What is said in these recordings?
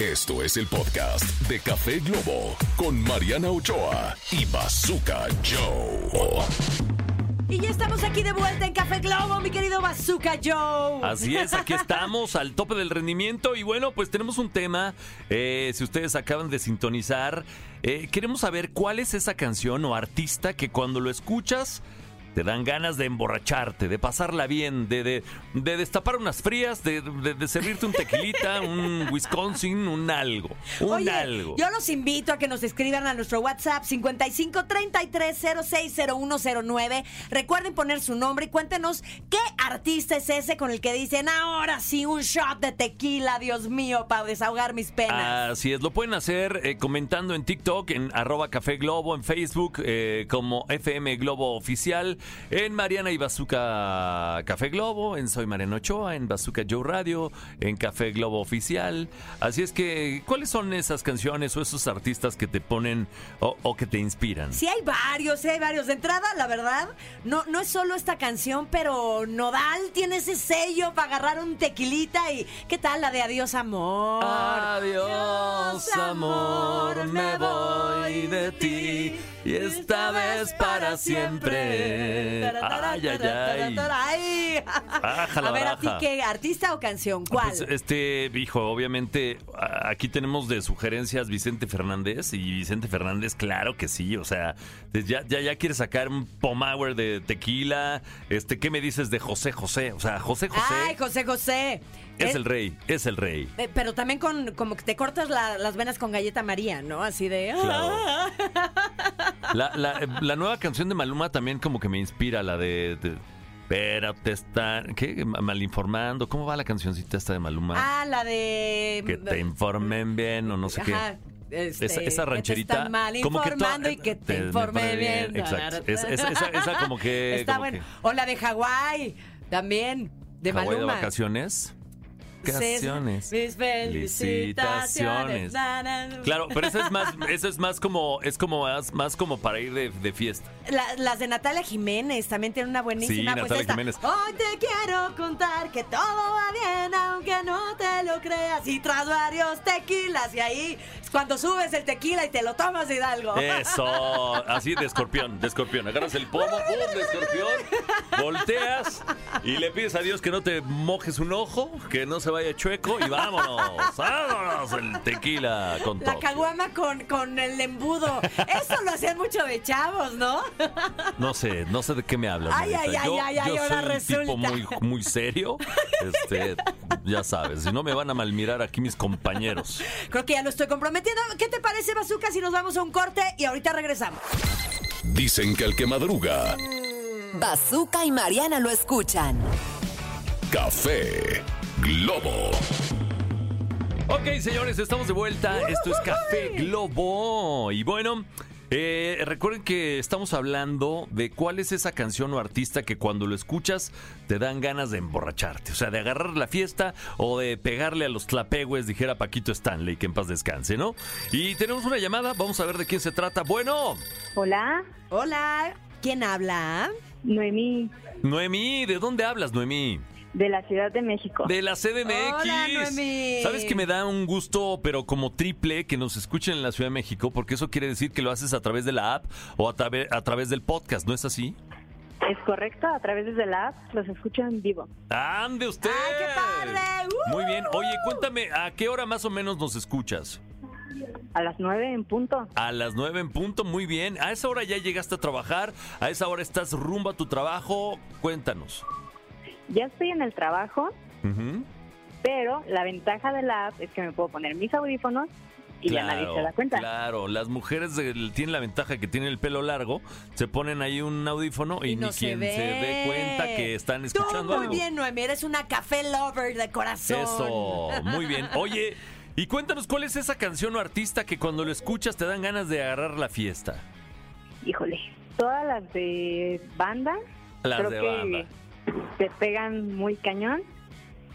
Esto es el podcast de Café Globo con Mariana Ochoa y Bazooka Joe. Y ya estamos aquí de vuelta en Café Globo, mi querido Bazooka Joe. Así es, aquí estamos al tope del rendimiento y bueno, pues tenemos un tema, eh, si ustedes acaban de sintonizar, eh, queremos saber cuál es esa canción o artista que cuando lo escuchas te dan ganas de emborracharte, de pasarla bien, de, de, de destapar unas frías, de, de- de servirte un tequilita, un Wisconsin, un algo, un Oye, algo. yo los invito a que nos escriban a nuestro WhatsApp 5533060109. Recuerden poner su nombre y cuéntenos qué artista es ese con el que dicen ahora sí un shot de tequila, Dios mío, para desahogar mis penas. Así es, lo pueden hacer eh, comentando en TikTok, en arroba Café Globo, en Facebook eh, como FM Globo Oficial, en Mariana y Bazooka Café Globo, en Soy Mariano Ochoa, en Bazooka Joe Radio, en Café Globo Oficial. Así es que, ¿cuáles son esas canciones o esos artistas que te ponen o, o que te inspiran? Sí hay varios, sí hay varios. De entrada, la verdad, no, no es solo esta canción, pero Nodal tiene ese sello para agarrar un tequilita y ¿qué tal la de Adiós Amor? Adiós, amor, me voy de ti. Y esta vez para siempre. Ay, ay, ay. ay. Ajá, la A ver, ¿a ti baraja. qué? ¿Artista o canción? ¿Cuál? Pues, este, hijo, obviamente, a- aquí tenemos de sugerencias Vicente Fernández. Y Vicente Fernández, claro que sí. O sea, pues, ya, ya, ya quiere sacar un pomauer de tequila. Este, ¿qué me dices de José José? O sea, José José Ay, José José. es Eh, el rey, es el rey. eh, Pero también con, como que te cortas la- las venas con galleta María, ¿no? Así de... Claro. "Ah". La, la- eh, la nueva canción de Maluma también como que me inspira, la de... de- pero te están... ¿Qué? Ma- Malinformando. ¿Cómo va la cancioncita esta de Maluma? Ah, la de... que te informen bien o no sé qué. Ajá, este, esa, esa que te rancherita. están mal como que toda- informando y que te, me informe pone bien. Exacto. Es- es- esa, esa como que. Está como bueno. que- O la de Hawái, también, de Hawái de Maluma. vacaciones. Vacaciones. Sí, Mis felicitaciones. Licitaciones. Na, na, na. Claro, pero eso es más, eso es más como, es como más, más como para ir de, de fiesta. La- las de Natalia Jiménez también tienen una buenísima. Sí, pues Natalia esta, Jiménez. Hoy te quiero contar que todo va bien, aunque no te lo creas. Y tras varios tequilas, y ahí es cuando subes el tequila y te lo tomas, Hidalgo. Eh, Eso, así de escorpión, de escorpión. Agarras el pomo, pum, de escorpión, volteas y le pides a Dios que no te mojes un ojo, que no se vaya chueco y vámonos, vámonos el tequila con La todo. caguama con, con el embudo. Eso lo hacían mucho de chavos, ¿no? No sé, no sé de qué me hablas. Ay, Marita. ay, yo, ay, ay, yo ahora soy un tipo resulta. muy, muy serio. Este, ya sabes, si no me van a malmirar aquí mis compañeros. Creo que ya lo estoy comprometiendo. ¿Qué te parece, Bazooka, si nos vamos a un corte y ahorita regresamos? Dicen que al que madruga, Bazooka y Mariana lo escuchan. Café Globo. Ok, señores, estamos de vuelta. Esto es Café Globo. Y bueno, eh, recuerden que estamos hablando de cuál es esa canción o artista que cuando lo escuchas te dan ganas de emborracharte. O sea, de agarrar la fiesta o de pegarle a los tlapegües, dijera Paquito Stanley, que en paz descanse, ¿no? Y tenemos una llamada, vamos a ver de quién se trata. Bueno, Hola, Hola, ¿quién habla? Noemí, Noemí, ¿de dónde hablas, Noemí? de la Ciudad de México. De la CDMX. Hola, Noemí. Sabes que me da un gusto, pero como triple, que nos escuchen en la Ciudad de México, porque eso quiere decir que lo haces a través de la app o a, trabe- a través del podcast, ¿no es así? Es correcto, a través de la app los escucho en vivo. ¡Ande usted! ¡Ay, qué padre! ¡Uh! Muy bien. Oye, cuéntame, ¿a qué hora más o menos nos escuchas? A las nueve en punto. A las nueve en punto, muy bien. A esa hora ya llegaste a trabajar, a esa hora estás rumbo a tu trabajo. Cuéntanos. Ya estoy en el trabajo, Ujú. pero la ventaja de la app es que me puedo poner mis audífonos y ya nadie se da cuenta. Claro, las mujeres del- tienen la ventaja que tienen el pelo largo, se ponen ahí un audífono y, Y ni quien se dé cuenta que están escuchando Tú muy algo. bien, Noemí, eres una café lover de corazón. Eso, muy bien. Oye, y cuéntanos cuál es esa canción o artista que cuando lo escuchas te dan ganas de agarrar la fiesta. Híjole, todas las de banda, Las creo de que banda. te pegan muy cañón.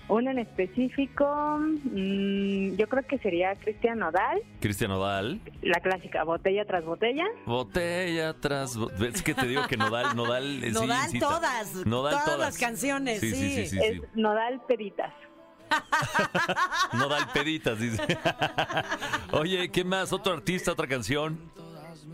Uno en específico, mm, yo creo que sería Cristian Nodal, Cristian Odal. la clásica botella tras botella. Botella tras botella. Es que te digo que Nodal, Nodal, eh, sí, Nodal incita. todas, Nodal todas las canciones, Sí, sí, sí. sí, sí, es sí. Nodal Peritas. Nodal Peditas, dice. Oye, ¿qué más? ¿Otro artista, otra canción?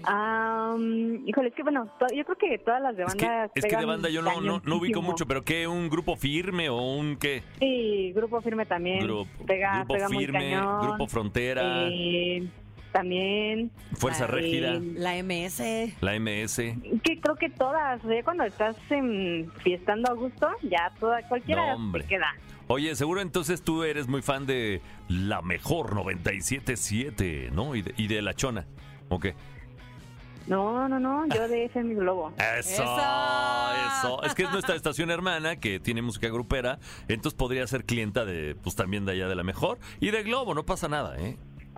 Ah, mm, híjole, es que bueno, to- yo creo que todas las Es que, demandas. es que de banda yo no, no, no ubico mucho, pero ¿qué? ¿Un grupo firme o un qué? Sí, Grupo Firme también. Grupo, pega, grupo pega muy firme, cañón. grupo frontera, Eh, también. fuerza eh, rígida, La MS. la MS. Que creo que todas, ya cuando estás em, fiestando a gusto, ya toda, No, cualquiera hombre. se queda. Oye, seguro entonces tú eres muy fan de la mejor 977, ¿no? Y de, y de la chona. ¿O qué? No, no, no, yo de ese mi globo. ¡Eso! Eso, eso. Es que es nuestra estación hermana que tiene música grupera, entonces podría ser clienta de, pues también de allá de la mejor y de Globo, no pasa nada, ¿eh?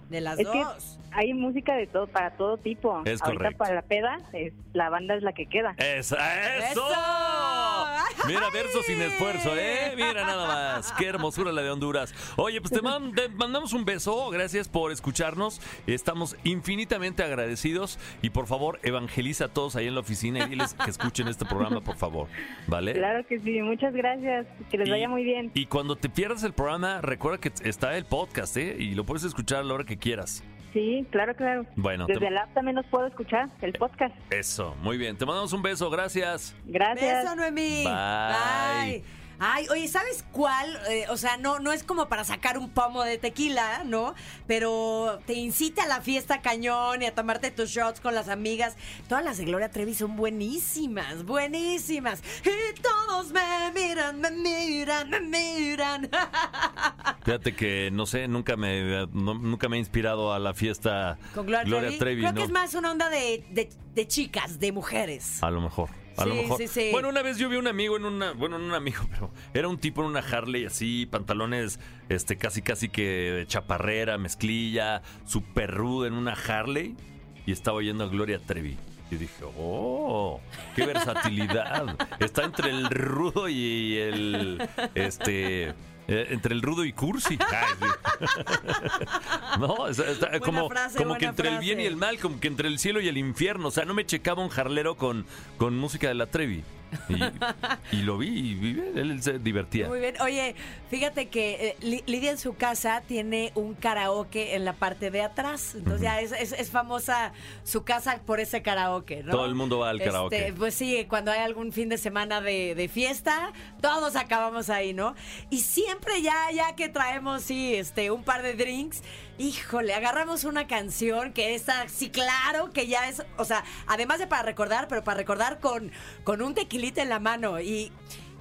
De las Es que- dos. Hay música de todo, para todo tipo. Es Ahorita correcto. Eh, para la peda, es- la banda es la que queda. Esa, eso. ¡Eso! Mira, verso sin esfuerzo, ¿eh? Mira nada más. Qué hermosura la de Honduras. Oye, pues te, man- te mandamos un beso. Gracias por escucharnos. Estamos infinitamente agradecidos. Y por favor, evangeliza a todos ahí en la oficina y diles que escuchen este programa, por favor. ¿Vale? Claro que sí, muchas gracias. Que les eh. Y- vaya muy bien. Y cuando te pierdas el programa, recuerda que está el podcast, ¿eh? Y lo puedes escuchar a la hora que quieras. Sí, claro, claro. Bueno, Desde te- el app también los puedo escuchar, el podcast. Eso, muy bien. Te mandamos un beso, gracias. Gracias. Beso, Noemí. Bye. Ay, oye, ¿sabes cuál? Eh, o sea, no, no es como para sacar un pomo de tequila, ¿no? Pero te incita a la fiesta cañón y a tomarte tus shots con las amigas. Todas las de Gloria Trevi son buenísimas, buenísimas. Y todos me miran, me miran, me miran. Fíjate que, no sé, nunca me, no- nunca me he inspirado a la fiesta Con Gloria, Trevi. Creo ¿no? que es más una onda de, de- de chicas, de mujeres. A lo mejor. A lo Sí, mejor. sí, sí. Bueno, una vez yo vi un amigo en una. Bueno, no un amigo, pero era un tipo en una Harley así, pantalones, este, casi, casi que de chaparrera, mezclilla, super rudo en una Harley. Y estaba oyendo a Gloria Trevi. Y dije, oh, qué versatilidad. Está entre el rudo y el. Este. eh, Entre el rudo y cursi. Ay, sí. no, es- está Buena como, frase, como que buena entre el bien y frase. el mal, como que entre el cielo y el infierno. O sea, no me checaba un jarlero con, con música de la Trevi. Y, y lo vi y vi- él se divertía. Muy bien. Oye, fíjate que eh, Li- Lidia en su casa tiene un karaoke en la parte de atrás. Entonces ya es, es- es famosa su casa por ese karaoke, ¿no? Todo el mundo va al Este, karaoke. pues sí, cuando hay algún fin de semana de, de fiesta, todos acabamos ahí, ¿no? Y siempre ya, ya que traemos, sí, este, un par de drinks, híjole, agarramos una canción que está, sí, claro, que ya es, o sea, además de para recordar, pero para recordar con, con un tequilita en la mano. Y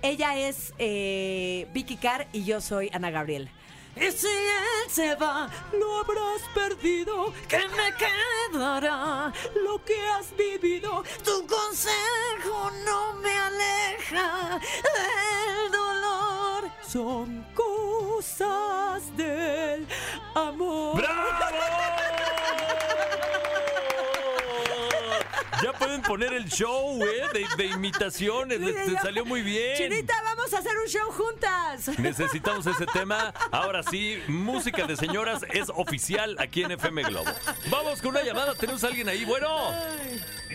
ella es eh, Vicky Carr y yo soy Ana Gabriel. Y si él se va, lo habrás perdido. ¿Qué me quedará? Lo que has vivido. Tu consejo no me aleja del dolor. Son cosas del amor. ¡Bravo! Ya pueden poner el show, ¿eh? De, de imitaciones. Sí, Te ya. salió muy bien. Chinita, vamos a hacer un show juntas. Necesitamos ese tema. Ahora sí, música de señoras es oficial aquí en FM Globo. Vamos con una llamada. Tenemos a alguien ahí. Bueno,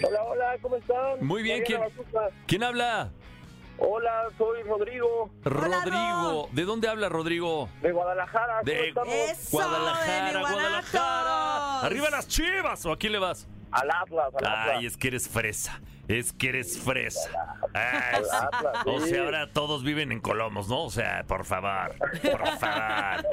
Hola, hola, ¿cómo están? Muy bien, Mariana ¿quién- Bazuca. ¿quién habla? Hola, soy Rodrigo Hola, Rodrigo. ¿De dónde habla Rodrigo? de Guadalajara. ¿Cómo De estamos? Eso, de Guadalajara, mi Guadalajara. Guanatos. Arriba las chivas. ¿O a quién le vas? Al Atlas, al Atlas. Ay, es que eres fresa. Es que eres fresa. Ay, sí. Atlas, O sí. sea, ahora todos viven en Colomos, ¿no? O sea, por favor, por favor,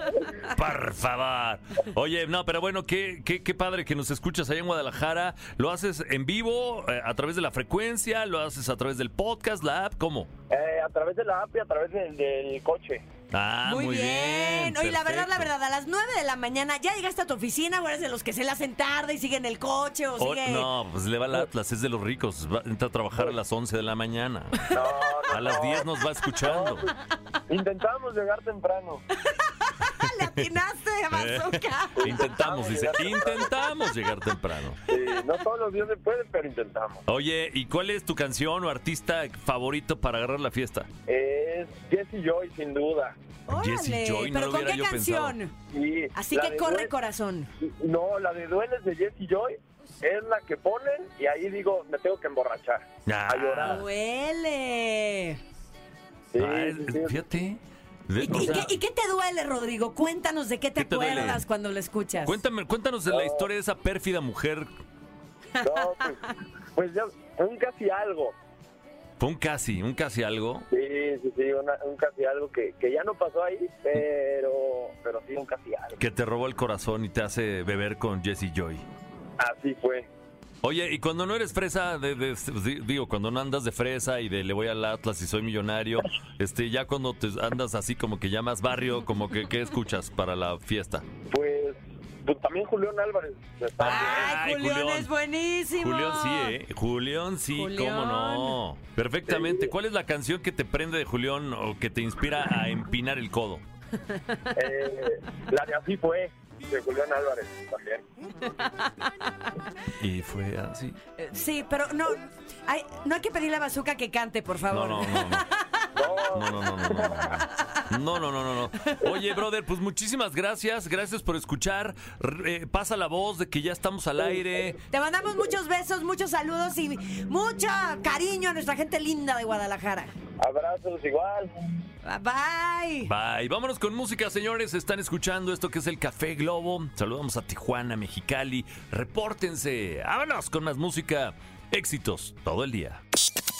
por favor. Oye, no, pero bueno, qué, qué, qué padre que nos escuchas allá en Guadalajara. ¿Lo haces en vivo, eh, a través de la frecuencia? ¿Lo haces a través del podcast, la app? ¿Cómo? Eh, a través de la app y a través del, del coche. Ah, muy, Muy, bien. Oye, la verdad, la perfecto. verdad, a las 9 de la mañana ya llegaste a tu oficina o eres de los que se le hacen tarde y siguen el coche o O- siguen. no, pues le va al Atlas, es de los ricos. Va- entra a trabajar a las 11 de la mañana. No, no, A las no. 10 nos va escuchando. Intentamos llegar temprano. le atinaste, bazooka. Eh, Intentamos, dice. Intentamos llegar temprano. Sí, no todos los días se puede, pero intentamos. Oye, ¿y cuál es tu canción o artista favorito para agarrar la fiesta? Es Jesse Joy, sin duda. Órale, Jesse Joy, no pero lo ¿con hubiera qué yo canción? Y Así la que de corre Due- corazón. No, la de Dueles de Jesse Joy es la que ponen y ahí digo, me tengo que emborrachar. Ah. A llorar. Huele. Sí, Ah, sí, es- sí. fíjate, De- ¿Y, o y sea, qué, y qué te duele, Rodrigo? Cuéntanos de qué te ¿Qué te duele? acuerdas cuando lo escuchas. Cuéntame, cuéntanos de la historia de esa pérfida mujer. No, pues, pues ya, un casi algo. Fue un casi, un casi algo. Sí, sí, sí, una- un casi algo que, que ya no pasó ahí, pero, pero sí, un casi algo. que te robó el corazón y te hace beber con Jesse Joy. Así fue. Oye, y cuando no eres fresa, de- de- di- digo, cuando no andas de fresa y de le voy al Atlas y soy millonario, este, ya cuando te andas así como que llamas barrio, como que ¿qué escuchas para la fiesta? Pues, pues también Julián Álvarez. está Ay, Ay, Julián, Julián. es buenísimo. Julián sí, ¿eh? Julián sí, ¿cómo Julián. no? Perfectamente. ¿Cuál es la canción que te prende de Julián o que te inspira a empinar el codo? bien. Eh, la de así fue, de Julián Álvarez también. Y fue así. Eh, Sí, pero no, ay, no hay que pedirle a Bazooka que cante, por No, favor. no, no. no. No, No, no, no, no, no. No, no, no, no, no. Oye, brother, pues muchísimas gracias. Gracias por escuchar. R- eh, pasa la voz de que ya estamos al aire. Te mandamos muchos besos, muchos saludos y mucho cariño a nuestra gente linda de Guadalajara. abrazos igual. Bye. Bye. Vámonos con música, señores. Están escuchando esto que es el Café Globo. Saludamos a Tijuana, Mexicali. Repórtense. Vámonos con más música. Éxitos todo el día.